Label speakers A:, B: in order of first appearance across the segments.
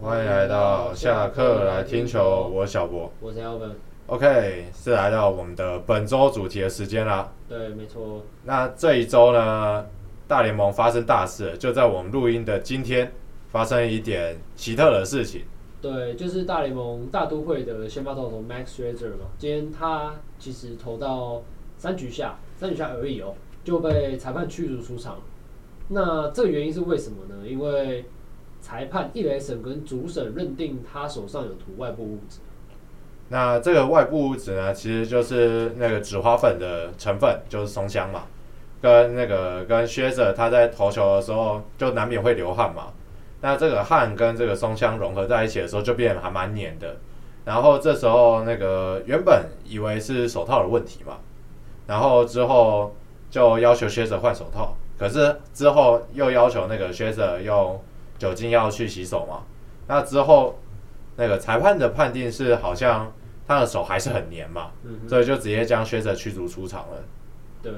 A: 欢迎来到下课来听球，我是小博。
B: 我是 Alvin。
A: OK，是来到我们的本周主题的时间啦。
B: 对，没错，
A: 那这一周呢，大联盟发生大事了，就在我们录音的今天，发生一点奇特的事情。
B: 对，就是大联盟大都会的先发投手 Max Scherzer 嘛，今天他其实投到三局下，三局下而已哦，就被裁判驱逐出场。那这个原因是为什么呢？因为裁判一垒审跟主审认定他手上有涂外部物质。
A: 那这个外部物质呢，其实就是那个纸花粉的成分，就是松香嘛，跟那个跟靴子他在投球的时候就难免会流汗嘛。那这个汗跟这个松香融合在一起的时候，就变得还蛮黏的。然后这时候那个原本以为是手套的问题嘛，然后之后就要求靴子换手套，可是之后又要求那个靴子用酒精要去洗手嘛。那之后那个裁判的判定是好像他的手还是很黏嘛，
B: 嗯哼，
A: 所以就直接将学者驱逐出场了。
B: 对。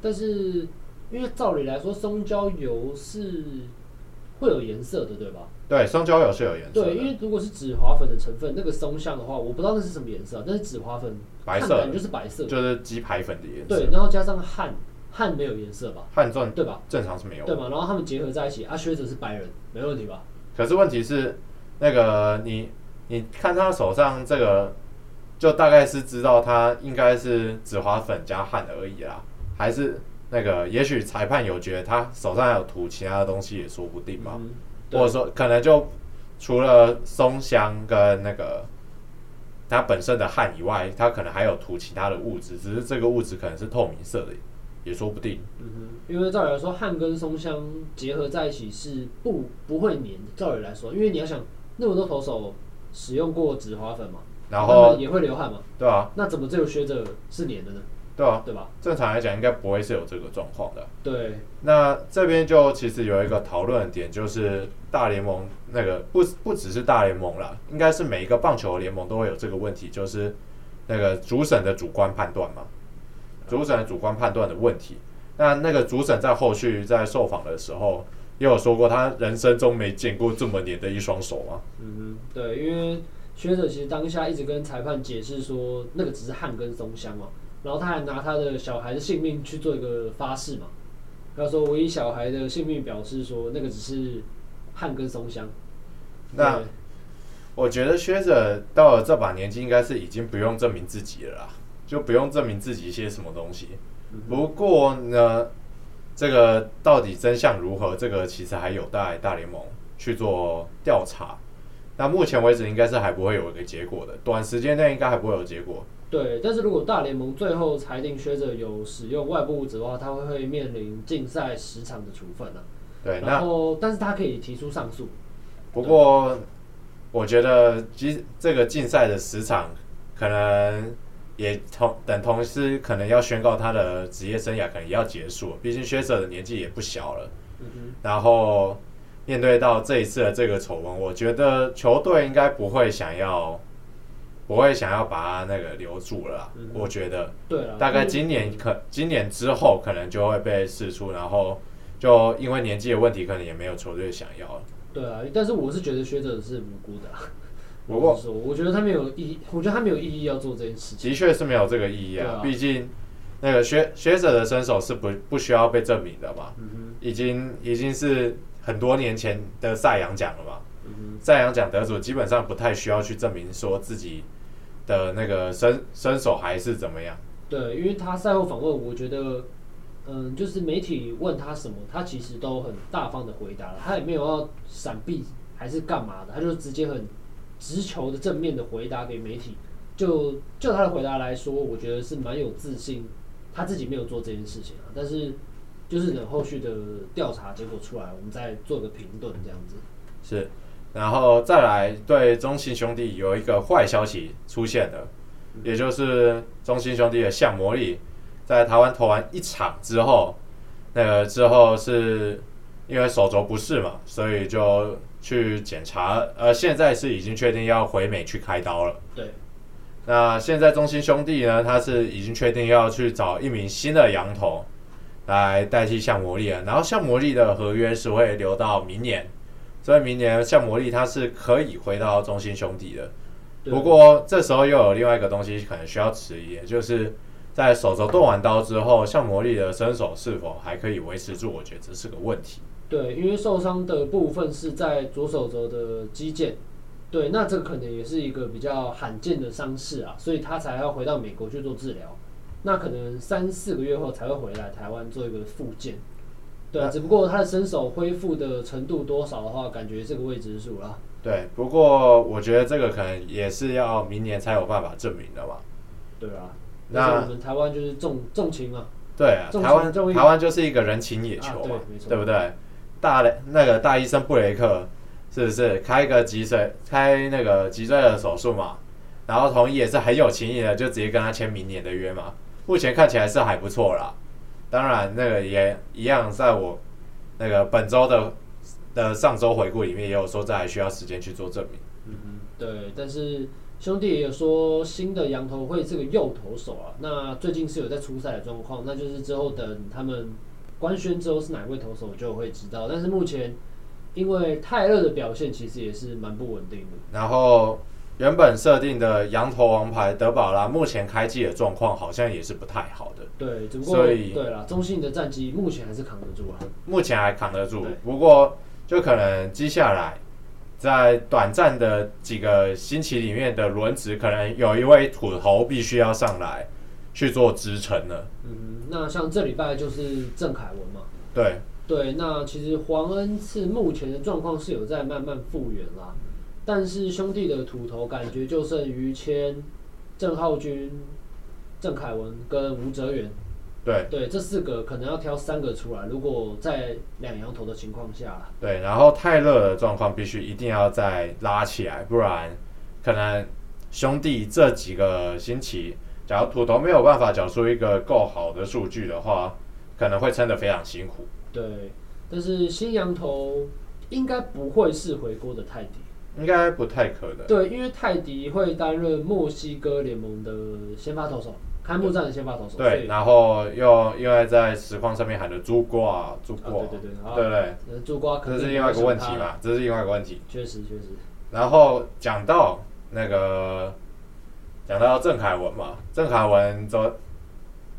B: 但是因为照理来说，松胶油是会有颜色的，对吧？
A: 对，松胶油是有颜色
B: 对，因
A: 的，
B: 为如果是紫花粉的成分，那个松香的话，我不知道那是什么颜色啊，但是紫花粉
A: 白色
B: 看
A: 的
B: 感觉就是白色，
A: 就是鸡排粉的颜
B: 对，
A: 色。
B: 然后加上汗，汗没有颜色吧，
A: 汗状
B: 对吧？
A: 正常是没有
B: 对嘛，然后他们结合在一起，啊，靴子是白人，没问题吧？
A: 可是问题是，那个你你看他手上这个，就大概是知道他应该是紫花粉加汗而已啦，还是那个也许裁判有觉得他手上还有涂其他的东西也说不定嘛，
B: 嗯
A: 或者说可能就除了松香跟那个。它本身的汗以外，它可能还有涂其他的物质，只是这个物质可能是透明色的，也说不定。
B: 嗯哼，因为照理来说，汗跟松香结合在一起是不不会粘的。照理来说，因为你要想，那么多投手使用过紫花粉嘛，
A: 然
B: 他
A: 后，
B: 们也会流汗嘛，
A: 对啊，
B: 那怎么只有靴子是粘的呢？
A: 对啊，
B: 对吧？
A: 正常来讲应该不会是有这个状况的。
B: 对，
A: 那这边就其实有一个讨论的点，就是大联盟那个不不只是大联盟啦，应该是每一个棒球联盟都会有这个问题，就是那个主审的主观判断嘛，主审的主观判断的问题。那那个主审在后续在受访的时候，也有说过他人生中没见过这么黏的一双手嘛。
B: 嗯哼，对，因为学者其实当下一直跟裁判解释说，那个只是汗跟松香嘛，然后他还拿他的小孩的性命去做一个发誓嘛，他说我以小孩的性命表示说，那个只是汗跟松香。
A: 那
B: 对
A: 我觉得学者到了这把年纪，应该是已经不用证明自己了啦，就不用证明自己一些什么东西。不过呢，这个到底真相如何，这个其实还有待大联盟去做调查。那目前为止，应该是还不会有一个结果的，短时间内应该还不会有结果。
B: 对，但是如果大联盟最后裁定学者有使用外部物质的话，他会面临禁赛十场的处分啊。
A: 对，那
B: 然后，但是他可以提出上诉。
A: 不过，我觉得其实这个竞赛的时长可能也同等同是可能要宣告他的职业生涯可能也要结束了，毕竟薛舍的年纪也不小了。
B: 嗯
A: 然后面对到这一次的这个丑闻，我觉得球队应该不会想要不会想要把他那个留住了啦、
B: 嗯
A: 我觉得
B: 哼，对啊了，
A: 大概今年可今年之后可能就会被释出，然后就因为年纪的问题，可能也没有球队想要了。
B: 对啊，但是我是觉得学者是无辜的、啊。
A: 不过
B: 我是说，我觉得他没有意义，我觉得他没有意义要做这件事情。
A: 的确是没有这个意义
B: 对
A: 啊
B: 啊，
A: 毕竟那个学学者的身手是不不需要被证明的嘛，
B: 嗯
A: 已经已经是很多年前的赛扬奖了嘛，
B: 哼，嗯
A: 赛扬奖得主基本上不太需要去证明说自己的那个身身手还是怎么样，
B: 哼，对，因为他赛后访问，我觉得，嗯，就是媒体问他什么，他其实都很大方的回答了，他也没有要闪避还是干嘛的，他就直接很直球的正面的回答给媒体。就就他的回答来说，我觉得是蛮有自信，他自己没有做这件事情啊，但是就是等后续的调查结果出来，我们再做个评论这样子。
A: 是，然后再来对中信兄弟有一个坏消息出现了，也就是中信兄弟的向魔力在台湾投完一场之后，那个之后是因为手肘不适嘛，所以就去检查，呃，现在是已经确定要回美去开刀了。
B: 对。
A: 那现在中信兄弟呢，他是已经确定要去找一名新的羊头来代替向魔力了，然后向魔力的合约是会留到明年。所以明年像魔力他是可以回到中心兄弟的。
B: 对
A: 不过这时候又有另外一个东西可能需要迟疑，也就是在手肘动完刀之后，像魔力的身手是否还可以维持住，我觉得这是个问题。
B: 对，因为受伤的部分是在左手肘的肌腱，对，那这个可能也是一个比较罕见的伤势啊，所以他才要回到美国去做治疗。那可能三四个月后才会回来台湾做一个复健，对啊，只不过他的身手恢复的程度多少的话，感觉这个未知数啦。
A: 对，不过我觉得这个可能也是要明年才有办法证明的嘛。
B: 对啊，
A: 那
B: 而且我们台湾就是重重情啊，
A: 对啊，
B: 重
A: 台湾
B: 重一
A: 台湾就是一个人情野
B: 啊
A: 球
B: 对
A: 嘛，
B: 没错
A: 对不对？大雷那个大医生布雷克是不是开个脊髓开那个脊椎的手术嘛？然后同意也是很有情义的，就直接跟他签明年的约嘛。目前看起来是还不错啦，当然那个也一样，在我那个本周的的上周回顾里面也有说，这还需要时间去做证明。
B: 对，但是兄弟也有说新的羊头会是个右投手啊，那最近是有在出赛的状况，那就是之后等他们官宣之后是哪位投手就会知道。但是目前因为泰勒的表现其实也是蛮不稳定的，
A: 然后原本设定的羊头王牌德保拉，目前开季的状况好像也是不太好的。
B: 对，只不过
A: 所以
B: 对啦，中信的战绩目前还是扛得住啊，
A: 目前还扛得住
B: 对，
A: 不过就可能接下来在短暂的几个星期里面的轮值，可能有一位土头必须要上来去做支撑了。
B: 嗯，那像这礼拜就是郑凯文嘛，
A: 对，
B: 对，那其实黄恩赐目前的状况是有在慢慢复原啦，但是兄弟的土头感觉就剩于谦、郑浩君、郑凯文跟吴哲源，
A: 对，
B: 对，这四个可能要挑三个出来。如果在两羊头的情况下啦，
A: 对。然后泰勒的状况必须一定要再拉起来，不然可能兄弟这几个星期，假如土头没有办法缴出一个够好的数据的话，可能会撑得非常辛苦。
B: 对，但是新羊头应该不会是回锅的泰迪，
A: 应该不太可能。
B: 对，因为泰迪会担任墨西哥联盟的先发投手，开幕战的先发投手，所
A: 对，
B: 以
A: 然后又因为在实况上面喊的猪挂猪挂，
B: 啊对对对好
A: 不对？
B: 呃助瓜可
A: 这
B: 能
A: 是另外一个问题
B: 吧？
A: 嘛，这是另外一个问题。
B: 确实确实。
A: 然后讲到那个，讲到郑凯文嘛，郑凯文昨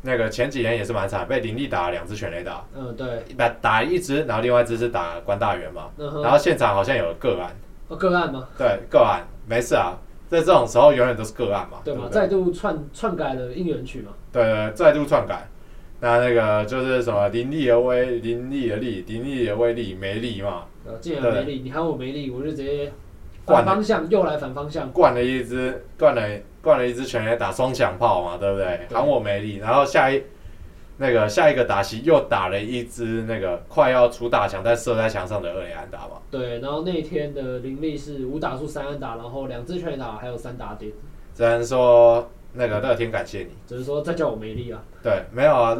A: 那个前几年也是蛮惨，被林立打了两只全垒打，
B: 嗯，对，
A: 打打一只，然后另外一只是打关大元嘛，
B: 嗯
A: 然
B: 哼，
A: 后现场好像有个案，
B: 哦个案嘛，
A: 对个案没事啊，在这种时候永远都是个案嘛，
B: 对
A: 不
B: 嘛，
A: 对
B: 再度篡篡改了应援曲嘛，
A: 对，再度篡改。那那个就是什么林立而威，林立而立，林立而威力没力嘛，
B: 呃，竟然
A: 对
B: 没力，你喊我没力，我就直接
A: 灌
B: 反
A: 了
B: 方向，又来反方向，
A: 灌了一支，灌了灌了一支全垒打双响炮嘛，对不对？
B: 对
A: 喊我没力，然后下一那个下一个打席又打了一支那个快要出大墙但射在墙上的二垒安打嘛，
B: 对，然后那一天的林立是五打数三安打，然后两支全垒打，还有三打点，
A: 只能说那个乐天感谢你。
B: 只是说再叫我没力啊，
A: 对，没有啊，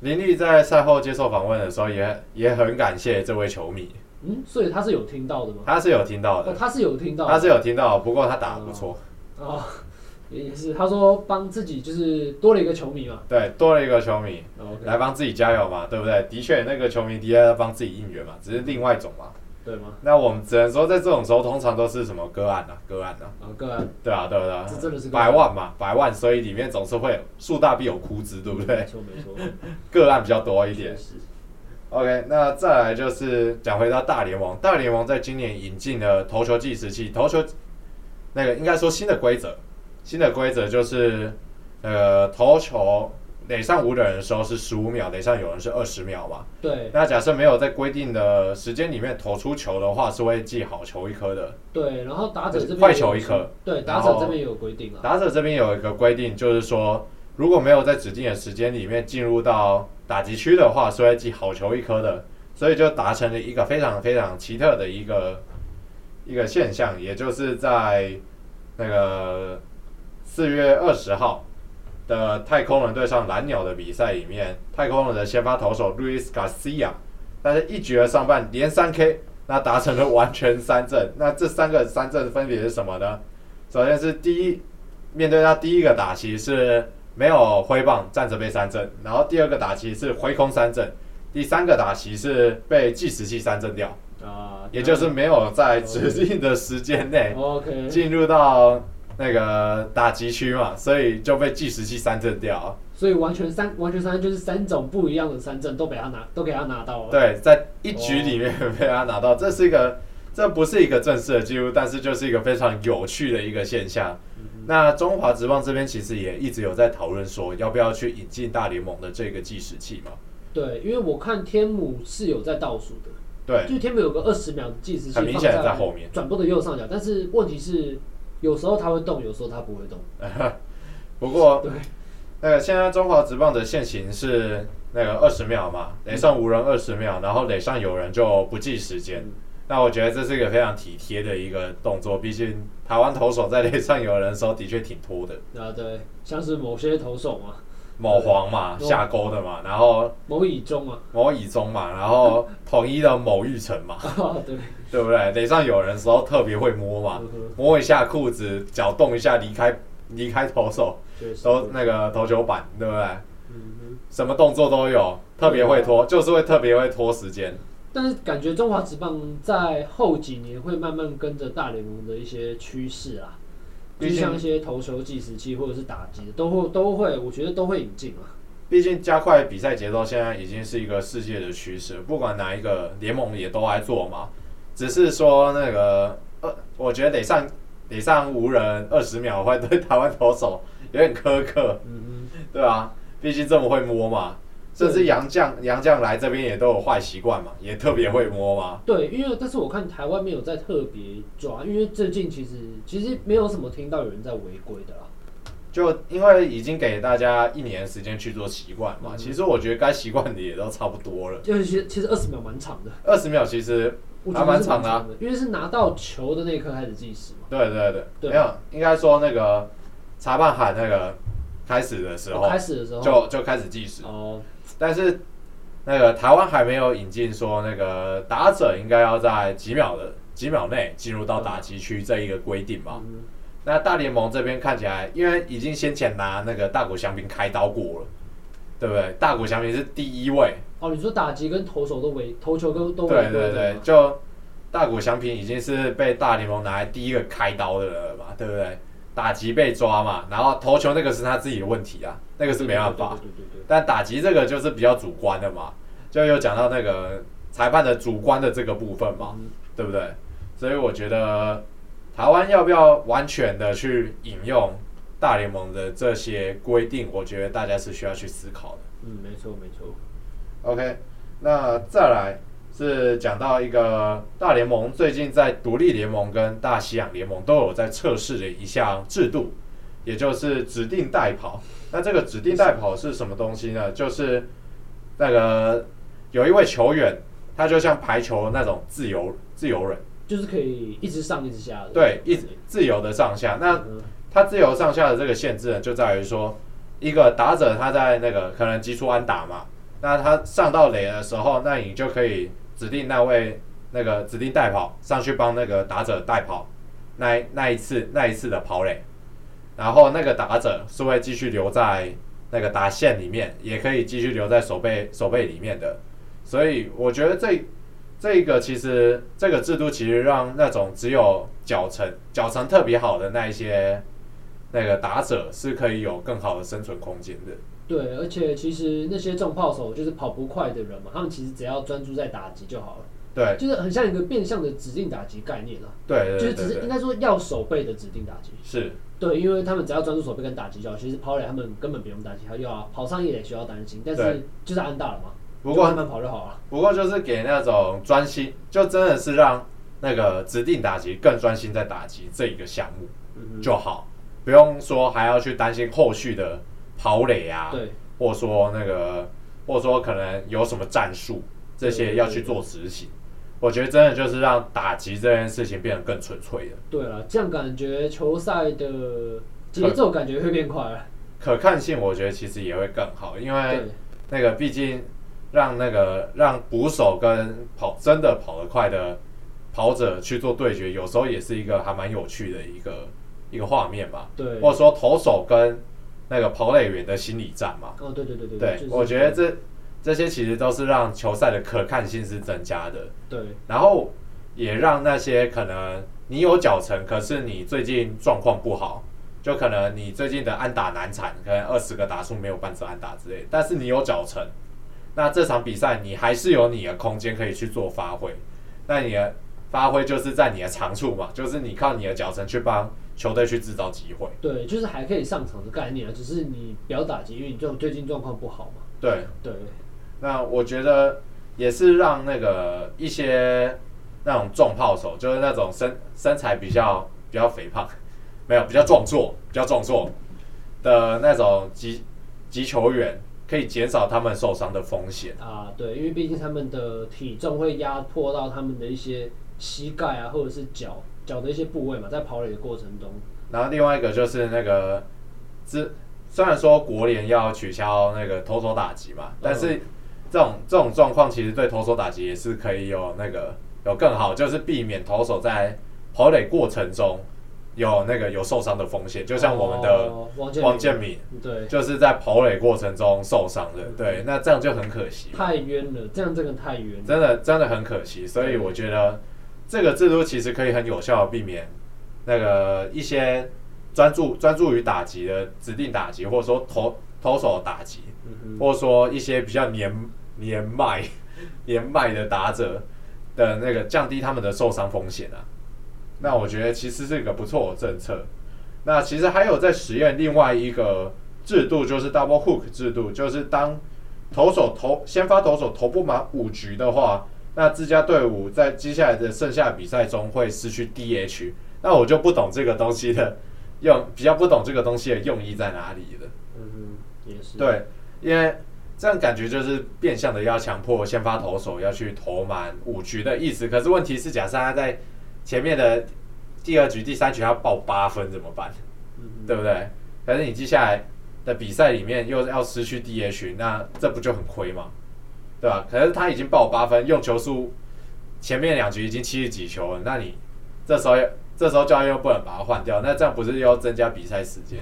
A: 林立在赛后接受访问的时候也也很感谢这位球迷，
B: 嗯，所以他是有听到的吗？
A: 他是有听到
B: 哦
A: 的，，
B: 他是有听到的，
A: 他是有听到，不过他打的不错。
B: 哦，也是，他说帮自己就是多了一个球迷嘛
A: 对，多了一个球迷
B: 哦，OK，
A: 来帮自己加油嘛，对不对？的确，那个球迷的确在帮自己应援嘛，只是另外一种嘛。
B: 对吗？
A: 那我们只能说，在这种时候，通常都是什么个案啊，个案啊，
B: 啊，个案，
A: 对啊，对啊，对啊，
B: 这真的是个案
A: 百万嘛，百万，所以里面总是会有树大必有枯枝，对不
B: 没
A: 对？
B: 错没错，
A: 个案比较多一点
B: 确。实，
A: OK，那再来就是讲回到大联盟，大联盟在今年引进了投球计时器，投球那个应该说新的规则，新的规则就是呃投球垒上无人的时候是十五秒，垒上有人是二十秒嘛。
B: 对
A: 那假设没有在规定的时间里面投出球的话，是会记好球一颗的。
B: 对，然后打者这边
A: 快
B: 有
A: 球一
B: 说
A: 颗，
B: 对，
A: 然
B: 打者这
A: 后
B: 边也有规定啊。
A: 打者这边有一个规定，就是说如果没有在指定的时间里面进入到打击区的话，是会记好球一颗的，所以就达成了一个非常非常奇特的一个 一个现象，也就是在那个四月二十号的太空人对上蓝鸟的比赛里面，太空人的先发投手 Luis Garcia，但是一局的上半连三 K，那达成了完全三振。那这三个三振分别是什么呢？首先是第一，面对他第一个打席是没有挥棒站着被三振，然后第二个打席是挥空三振，第三个打席是被计时器三振掉。
B: 啊，
A: 也就是没有在指定的时间内
B: OK，
A: 进入到那个打击区嘛，所以就被计时器三振掉了。
B: 所以完全三完全三就是三种不一样的三振都被他拿都给他拿到了。
A: 对，在一局里面被他拿到，这是一个，这不是一个正式的记录，但是就是一个非常有趣的一个现象。那中华职棒这边其实也一直有在讨论说，要不要去引进大联盟的这个计时器嘛？
B: 对，因为我看天母是有在倒数的，
A: 对，
B: 就是天母有个二十秒的计时器
A: 很明
B: 放
A: 显的在后面
B: 转播的右上角，但是问题是有时候它会动，有时候它不会动。
A: 不过
B: 对，
A: 那个现在中华职棒的限行是那个二十秒嘛，垒上无人二十秒，然后垒上有人就不计时间。那我觉得这是一个非常体贴的一个动作，毕竟台湾投手在垒上有人的时候的确挺拖的，
B: 啊，对，像是某些投手嘛，
A: 某黄嘛
B: 对
A: 下钩的嘛，然后
B: 某乙中 啊，
A: 某乙中嘛，然后统一的某玉成 嘛，
B: 啊 对，
A: 对不对？垒上有人的时候特别会摸嘛
B: 嗯哼，
A: 摸一下裤子，脚动一下离开离开投手，
B: 确实，
A: 都那个投球板，对不对？
B: 嗯哼。
A: 什么动作都有，特别会拖，就是会特别会拖时间。
B: 但是感觉中华职棒在后几年会慢慢跟着大联盟的一些趋势啊，就
A: 毕
B: 是
A: 竟
B: 像一些投球计时器或者是打击的，都会都会，我觉得都会引进啊。
A: 毕竟加快比赛节奏现在已经是一个世界的趋势，不管哪一个联盟也都在做嘛。只是说那个呃，我觉得得上得上无人二十秒会对台湾投手有点苛刻，
B: 嗯
A: 对啊，毕竟这么会摸嘛。甚至杨将杨将来这边也都有坏习惯嘛，也特别会摸嘛。
B: 哼，对，因为但是我看台湾没有在特别抓，因为最近其实其实没有什么听到有人在违规的啦。
A: 就因为已经给大家一年时间去做习惯嘛，
B: 嗯
A: 其实我觉得该习惯的也都差不多了。
B: 就是其实其实二十秒蛮长的，
A: 二十秒其实
B: 我觉
A: 还
B: 得
A: 蛮
B: 是
A: 长的啊、
B: 的，因为是拿到球的那一刻开始计时嘛。
A: 对对对，
B: 对
A: 没有，应该说那个裁判喊那个开始的时候，
B: 哦开始的时候
A: 就就开始计时。
B: 哦，
A: 但是那个台湾还没有引进说那个打者应该要在几秒的几秒内进入到打击区这一个规定嘛。
B: 嗯
A: 那大联盟这边看起来，因为已经先前拿那个大谷翔平开刀过了，对不对？大谷翔平是第一位，
B: 哦，你说打击跟投手都违，投球跟都
A: 对
B: 违规
A: 对
B: 的
A: 对
B: 嘛，
A: 就大谷翔平已经是被大联盟拿来第一个开刀的人了嘛，对不对？打击被抓嘛，然后投球那个是他自己的问题啊，那个是没办法。
B: 对对对对对对
A: 但打击这个就是比较主观的嘛，就有讲到那个裁判的主观的这个部分嘛，
B: 嗯
A: 对不对？所以我觉得台湾要不要完全的去引用大联盟的这些规定，我觉得大家是需要去思考的。
B: 嗯，没错没错。
A: OK，那再来是讲到一个大联盟最近在独立联盟跟大西洋联盟都有在测试的一项制度，也就是指定代跑。那这个指定代跑是什么东西呢？就是那个有一位球员，他就像排球那种自由自由人，
B: 就是可以一直上一直下的。
A: 对，一直自由的上下。那
B: 嗯
A: 他自由上下的这个限制呢，就在于说，一个打者他在那个可能击出安打嘛，那他上到垒的时候，那你就可以指定那位那个指定代跑上去帮那个打者代跑，那一那一次那一次的跑垒，然后那个打者是会继续留在那个打线里面，也可以继续留在手背手背里面的，所以我觉得这。这个其实这个制度其实让那种只有脚程脚程特别好的那一些那个打者是可以有更好的生存空间的。
B: 对，而且其实那些重炮手就是跑不快的人嘛，他们其实只要专注在打击就好了，
A: 对
B: 就是很像一个变相的指定打击概念啊，
A: 对
B: 就
A: 对
B: 是只
A: 对
B: 是应
A: 对，
B: 该说要守备的指定打击。
A: 是
B: 对，因为他们只要专注守备跟打击就好，其实跑垒他们根本不用担心，他又要跑上一垒需要担心，但是
A: 对
B: 就是安大了嘛，
A: 不
B: 就
A: 过
B: 慢慢跑就好了。
A: 不过就是给那种专心，就真的是让那个指定打击更专心在打击这一个项目
B: 嗯
A: 就好，不用说还要去担心后续的跑垒啊，
B: 对，
A: 或者说那个或者说可能有什么战术这些要去做执行。我觉得真的就是让打击这件事情变得更纯粹了，
B: 对了，这样感觉球赛的节奏感觉会变快啊了。
A: 可看性我觉得其实也会更好，因为
B: 对，
A: 那个毕竟让那个让捕手跟跑真的跑得快的跑者去做对决，有时候也是一个还蛮有趣的一个一个画面吧，
B: 对，
A: 或者说投手跟那个跑垒员的心理战嘛。
B: 哦，对对对对
A: 对
B: 就，是
A: 我觉得这这些其实都是让球赛的可看性是增加的，
B: 对
A: 然后也让那些可能你有脚程，可是你最近状况不好，就可能你最近的安打难产，可能二十个打数没有半支安打之类，但是你有脚程，那这场比赛你还是有你的空间可以去做发挥，那你的发挥就是在你的长处嘛，就是你靠你的脚程去帮球队去制造机会，
B: 对，就是还可以上场的概念啊，只是你不要打击，因为你这种最近状况不好嘛。
A: 对。
B: 对
A: 那我觉得也是让那个一些那种重炮手，就是那种身身材比较比较肥胖，没有比较壮硕、比较壮硕的那种击击球员，可以减少他们受伤的风险。
B: 啊，对，因为毕竟他们的体重会压迫到他们的一些膝盖啊，或者是脚脚的一些部位嘛，在跑垒的过程中。
A: 然后另外一个就是那个之，虽然说国联要取消那个投手打击嘛，
B: 嗯
A: 但是这种这种状况其实对投手打击也是可以有那个有更好，就是避免投手在跑垒过程中有那个有受伤的风险，就像我们的
B: 哦王建
A: 王
B: 民
A: 建民
B: 对，
A: 就是在跑垒过程中受伤的，
B: 嗯
A: 对，那这样就很可惜，
B: 太冤了，这样这个太冤了。
A: 真的真的很可惜，所以我觉得这个制度其实可以很有效的避免那个一些专注专注于打击的指定打击，或者说投投手打击，
B: 嗯哼，
A: 或者说一些比较年年迈 年迈的打者的那个降低他们的受伤风险啊。那我觉得其实是一个不错的政策。那其实还有在实验另外一个制度，就是 double hook 制度，就是当投手投先发投手投不满五局的话，那自家队伍在接下来的剩下比赛中会失去 DH。那我就不懂这个东西的用，比较不懂这个东西的用意在哪里了。
B: 嗯哼，也是。
A: 对，因为这样感觉就是变相的要强迫先发投手要去投满五局的意思。可是问题是，假设他在前面的第二局、第三局他爆八分怎么办？
B: 嗯
A: 对不对？可是你接下来的比赛里面又要失去 DH，那这不就很亏吗？对吧？可是他已经爆八分，用球数前面两局已经七十几球了，那你这时候这时候教练又不能把他换掉，那这样不是又要增加比赛时间，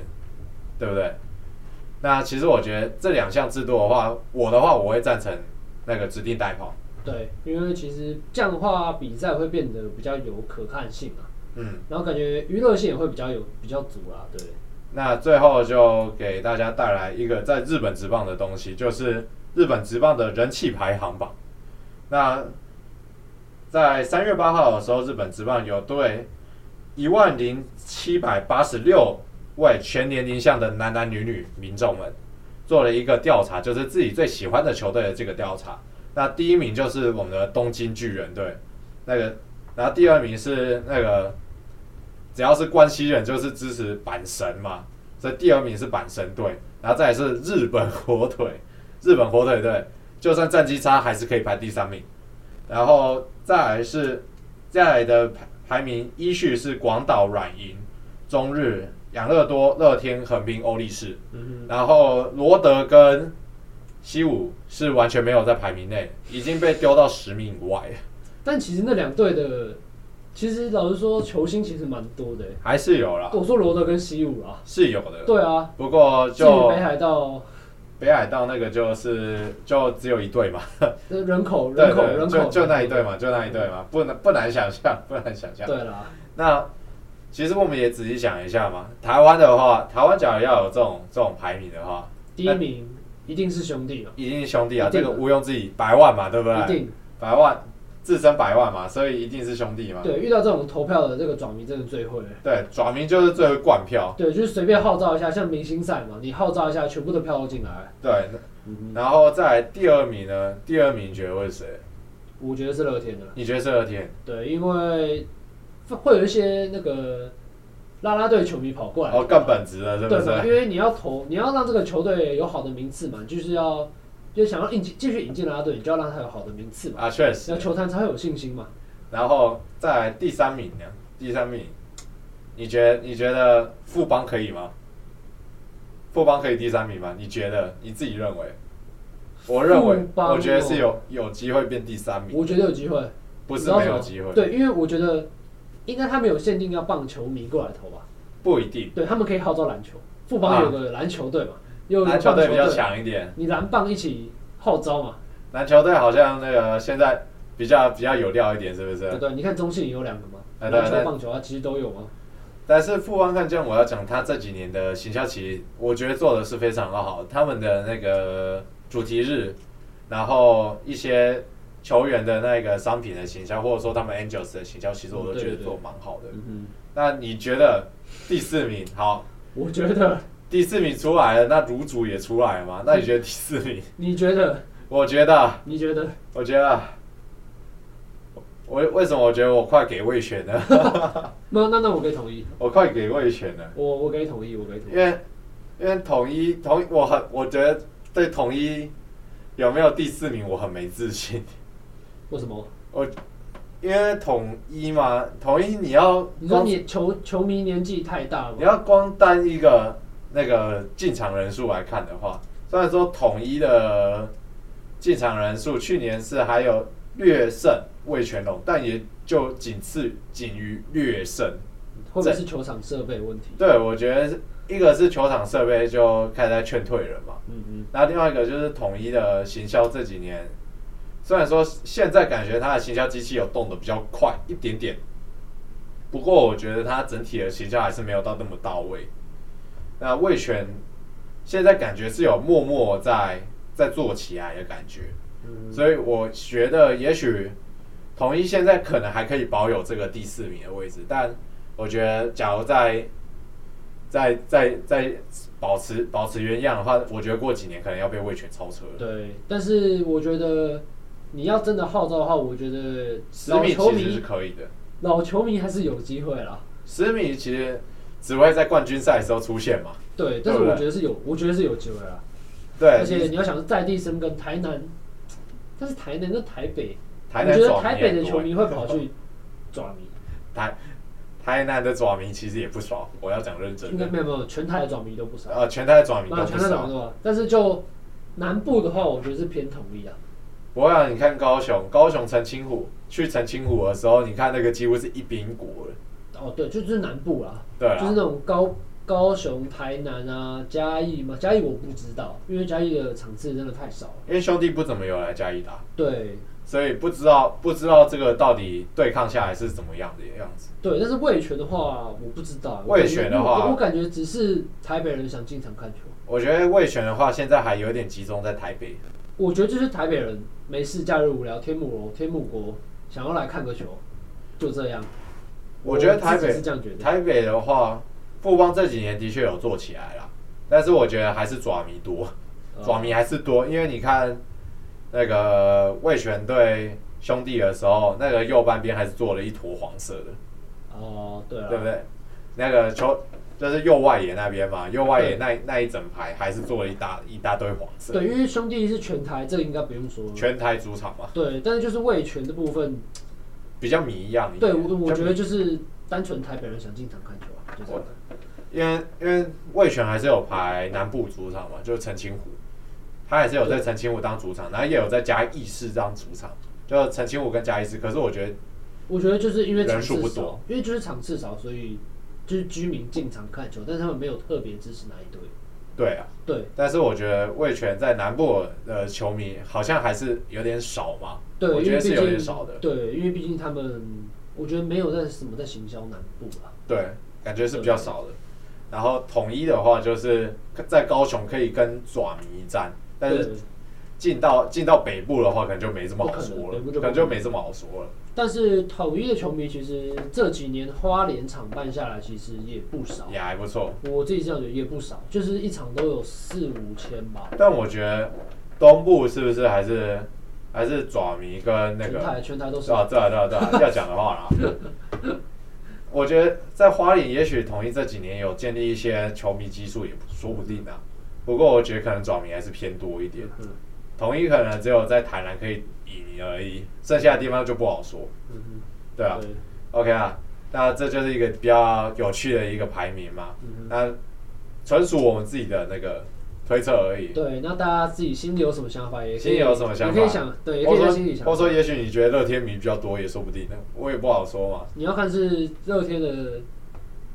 A: 对不对？那其实我觉得这两项制度的话，我的话我会赞成那个指定代跑，
B: 哼对，因为其实这样的话，比赛会变得比较有可看性啊，
A: 嗯。
B: 然后感觉娱乐性也会比较有比较足啦。对，
A: 那最后就给大家带来一个在日本职棒的东西，就是日本职棒的人气排行榜。那在三月八号的时候，日本职棒有对一万零七百八十六位全年龄向的男男女女民众们做了一个调查，就是自己最喜欢的球队的这个调查。那第一名就是我们的东京巨人队，那个，然后第二名是那个，只要是关西人就是支持阪神嘛，所以第二名是阪神队，然后再来是日本火腿，日本火腿队就算战绩差还是可以排第三名，然后再来是再来的排排名依序是广岛软银、中日、养乐多、乐天、横滨、欧力士，
B: 嗯
A: 然后罗德跟西武是完全没有在排名内，已经被丢到十名以外了，
B: 哼，但其实那两队的，其实老实说，球星其实蛮多的欸。
A: 还是有啦，
B: 我说罗德跟西武啊，
A: 是有的。
B: 对啊，
A: 不过
B: 至于
A: 就
B: 北海道
A: 北海道那个就是就只有一队嘛，
B: 的人口
A: 对
B: 人口
A: 对，
B: 人口
A: 就就那一队嘛，就那一队嘛，不难不难想象，不难想象。
B: 对啦，
A: 那其实我们也仔细想一下嘛，台湾的话，台湾假如要有这种这种排名的话，
B: 第一名一定是兄弟啊，
A: 一定是兄弟啊，
B: 一定
A: 这
B: 的
A: 个毋庸置疑，百万嘛，对不
B: 一
A: 对？
B: 定
A: 百万自身百万嘛，所以一定是兄弟嘛。
B: 对。遇到这种投票的这个转迷真的最会了，
A: 对，转名就是最会灌票，
B: 对，就是随便号召一下，像明星赛嘛，你号召一下，全部的票都进来。
A: 对，
B: 嗯
A: 然后再来第二名呢？第二名你觉得会是谁？
B: 哼，我觉得是乐天的，
A: 你觉得是乐天？
B: 对，因为会有一些那个啦啦队球迷跑过来，
A: 哦，更本质了，是不
B: 对
A: 是？
B: 吧？因为你要投，你要让这个球队有好的名次嘛，就是要就想要引进继续引进啦啦队，你就要让他有好的名次嘛，
A: 啊，确实
B: 那。球坛才会有信心嘛。
A: 然后再来第三名呢？第三名，你觉得你觉得富邦可以吗？富邦可以第三名吗？你觉得你自己认为？我认为
B: 富，邦哦
A: 我觉得是有有机会变第三名，
B: 我觉得有机会，
A: 嗯不
B: 你
A: 是
B: 知道
A: 没
B: 什么
A: 有机会，
B: 对，因为我觉得应该他们有限定要棒球迷过来投吧，
A: 不一定。
B: 对他们可以号召篮球，富邦有个篮球队嘛，又有
A: 啊篮
B: 棒
A: 球队
B: 球
A: 比较
B: 队，
A: 强一点，
B: 你篮棒一起号召嘛，
A: 篮球队好像那个现在比较比较有料一点，是不
B: 对
A: 是
B: 不？对？你看中信也有两个嘛，
A: 哎
B: 篮
A: 对
B: 球、
A: 对
B: 棒球啊，其实都有嘛。
A: 但是富邦悍将，我要讲他这几年的行销期，我觉得做的是非常的好。他们的那个主题日，然后一些球员的那个商品的行销，或者说他们 Angels 的行销，其实我
B: 嗯
A: 都
B: 对
A: 觉得
B: 对对
A: 做蛮好的。
B: 嗯
A: 那你觉得第四名好？
B: 哼，我觉得，
A: 第四名出来了，那卤煮也出来了
B: 嗯
A: 嘛？那你觉得第四名？
B: 你觉得，
A: 我觉得，
B: 你觉得，
A: 我觉得，我为什么我觉得我快给魏权了？
B: 那那那我可以同意，
A: 我快给魏权了。
B: 我我可以同意，我可以同意
A: 因。为因为统一统一我很我觉得对统一有没有第四名我很没自信，
B: 为什么？
A: 因为统一嘛， 统一你要
B: 你说
A: 光
B: 你球球迷年纪太大了
A: 你
B: 吗？
A: 要光单一个那个进场人数来看的话，虽然说统一的进场人数去年是还有略胜魏全龙，但也就仅次仅于略胜。
B: 会不会是球场设备问题？
A: 对，我觉得是一个是球场设备就开始在劝退人嘛。
B: 嗯嗯，
A: 然后另外一个就是统一的行销这几年，虽然说现在感觉它的行销机器有动得比较快一点点，不过我觉得它整体的行销还是没有到那么到位。那魏权现在感觉是有默默在在做起来的感觉，
B: 嗯
A: 所以我觉得也许统一现在可能还可以保有这个第四名的位置，但我觉得假如在在在在保持保持原样的话，我觉得过几年可能要被魏权超车了。
B: 对，但是我觉得你要真的号召的话，我觉得
A: 十
B: 老
A: 米
B: 球
A: 其实是
B: 迷
A: 可以的，
B: 老球迷还是有机会啦。
A: 十米其实只会在冠军赛的时候出现嘛。
B: 对，但是
A: 对不对
B: 我觉得是有，我觉得是有机会啦。
A: 对
B: 而，且你要想是在地生根，台南，但是台南跟台北，
A: 台
B: 我
A: 南
B: 觉得
A: 爪
B: 台
A: 迷也
B: 北
A: 很多
B: 的球
A: 欸
B: 迷会跑去抓迷，
A: 台台南的爪迷其实也不少，我要讲认真
B: 应该
A: 的。
B: 没有没有，全台的抓迷都不少。
A: 呃，全台的爪迷都
B: 啊，
A: 不
B: 全台
A: 少
B: 怎。么吧？但是就南部的话，我觉得是偏统一啊。
A: 我想你看高雄，高雄澄清湖去澄清湖的时候，你看那个几乎是一比一国了。
B: 哦，对，就就是南部啦，
A: 对
B: 就是
A: 啊，
B: 那种高高雄、台南啊、嘉义嘛，嘉义我不知道，因为嘉义的场次真的太少了。
A: 因为兄弟不怎么有来嘉义打，
B: 对
A: 所以不知道不知道这个到底对抗下来是怎么样的样子。
B: 对，但是魏权的话，我不知道。
A: 味全的话
B: 我我感觉只是台北人想进场看球，
A: 我觉得魏权的话，现在还有点集中在台北。
B: 我觉得就是台北人没事，假日无聊，天母楼、天母国想要来看个球，就这样。
A: 我觉得台
B: 自己
A: 北
B: 是这样觉得。
A: 台北的话，富邦这几年的确有做起来啦，但是我觉得还是爪迷多，
B: 呃
A: 爪迷还是多，因为你看那个魏权对兄弟的时候，那个右半边还是做了一坨黄色的。
B: 哦，对
A: 对
B: 了，
A: 不对？那个球就是右外野那边嘛，右外野那那一整排还是做了一大一大堆黄色，
B: 对，因为兄弟是全台，这个应该不用说了。
A: 全台主场嘛，
B: 对，但是就是味全的部分，
A: 比较迷一样一点。
B: 对我我
A: 就
B: 觉得就是单纯台北人想进场看球啊，就这样。
A: 因为因为魏权还是有排南部主场嘛，就是澄清湖，他也是有在澄清湖当主场，然后也有在嘉义市当主场，就澄清湖跟嘉义市。可是我觉得
B: 我觉得就是因为场
A: 人数
B: 次
A: 不
B: 少
A: 多，
B: 因为就是场次少，所以就是居民进场看球，但是他们没有特别支持哪一队。
A: 对啊，
B: 对
A: 但是我觉得魏权在南部的呃球迷好像还是有点少嘛，
B: 对，
A: 我
B: 因
A: 觉
B: 为
A: 得
B: 毕
A: 是
B: 竟
A: 有点少的，
B: 对，因为毕竟他们，我觉得没有在什么在行销南部啊。
A: 对，感觉是比较少的。然后统一的话，就是在高雄可以跟爪迷战，但
B: 对，
A: 是进到进到北部的话，可能就没这么好
B: 不
A: 说
B: 可能北
A: 了
B: 部，就
A: 可能就没这么好说了。
B: 但是统一的球迷其实这几年花莲场办下来，其实也不少。
A: 也还不错，
B: 我自己这样觉得也不少，就是一场都有四五千吧。
A: 但我觉得东部是不是还是还是爪迷跟那
B: 全
A: 个
B: 台全台都是
A: 啊，对啊，对啊，对 啊，要讲的话啦。我觉得在花莲，也许统一这几年有建立一些球迷基数，也说不定啊。不过我觉得可能爪迷还是偏多一点
B: 嗯。
A: 统一可能只有在台南可以赢而已，剩下的地方就不好说。
B: 嗯
A: 对啊
B: 哼，对，
A: ，OK 啊，那这就是一个比较有趣的一个排名嘛。
B: 嗯
A: 那纯属我们自己的那个推测而已
B: 哼，。对，那大家自己心里有什么想法，也可以
A: 心里有什么想法
B: 也可以想，对，也可
A: 或
B: 以在
A: 者
B: 心里
A: 或
B: 想
A: 者。说，也许你觉得乐天迷比较多，也说不定呢，我也不好说嘛。
B: 你要看是乐天的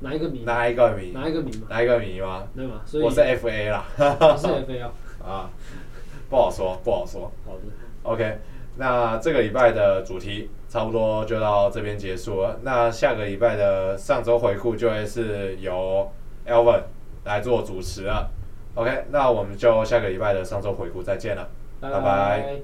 B: 哪一个名，
A: 哪一个迷？
B: 哪一个名嘛，
A: 哪一个迷吗？
B: 对吗？所以
A: 我是 FA 啦，
B: 你是 FA 哦，
A: 啊，不好说，不好说。
B: 好的，
A: OK，那这个礼拜的主题差不多就到这边结束了。那下个礼拜的上周回顾就会是由 Elvin 来做主持了。OK，那我们就下个礼拜的上周回顾再见了，拜拜
B: 拜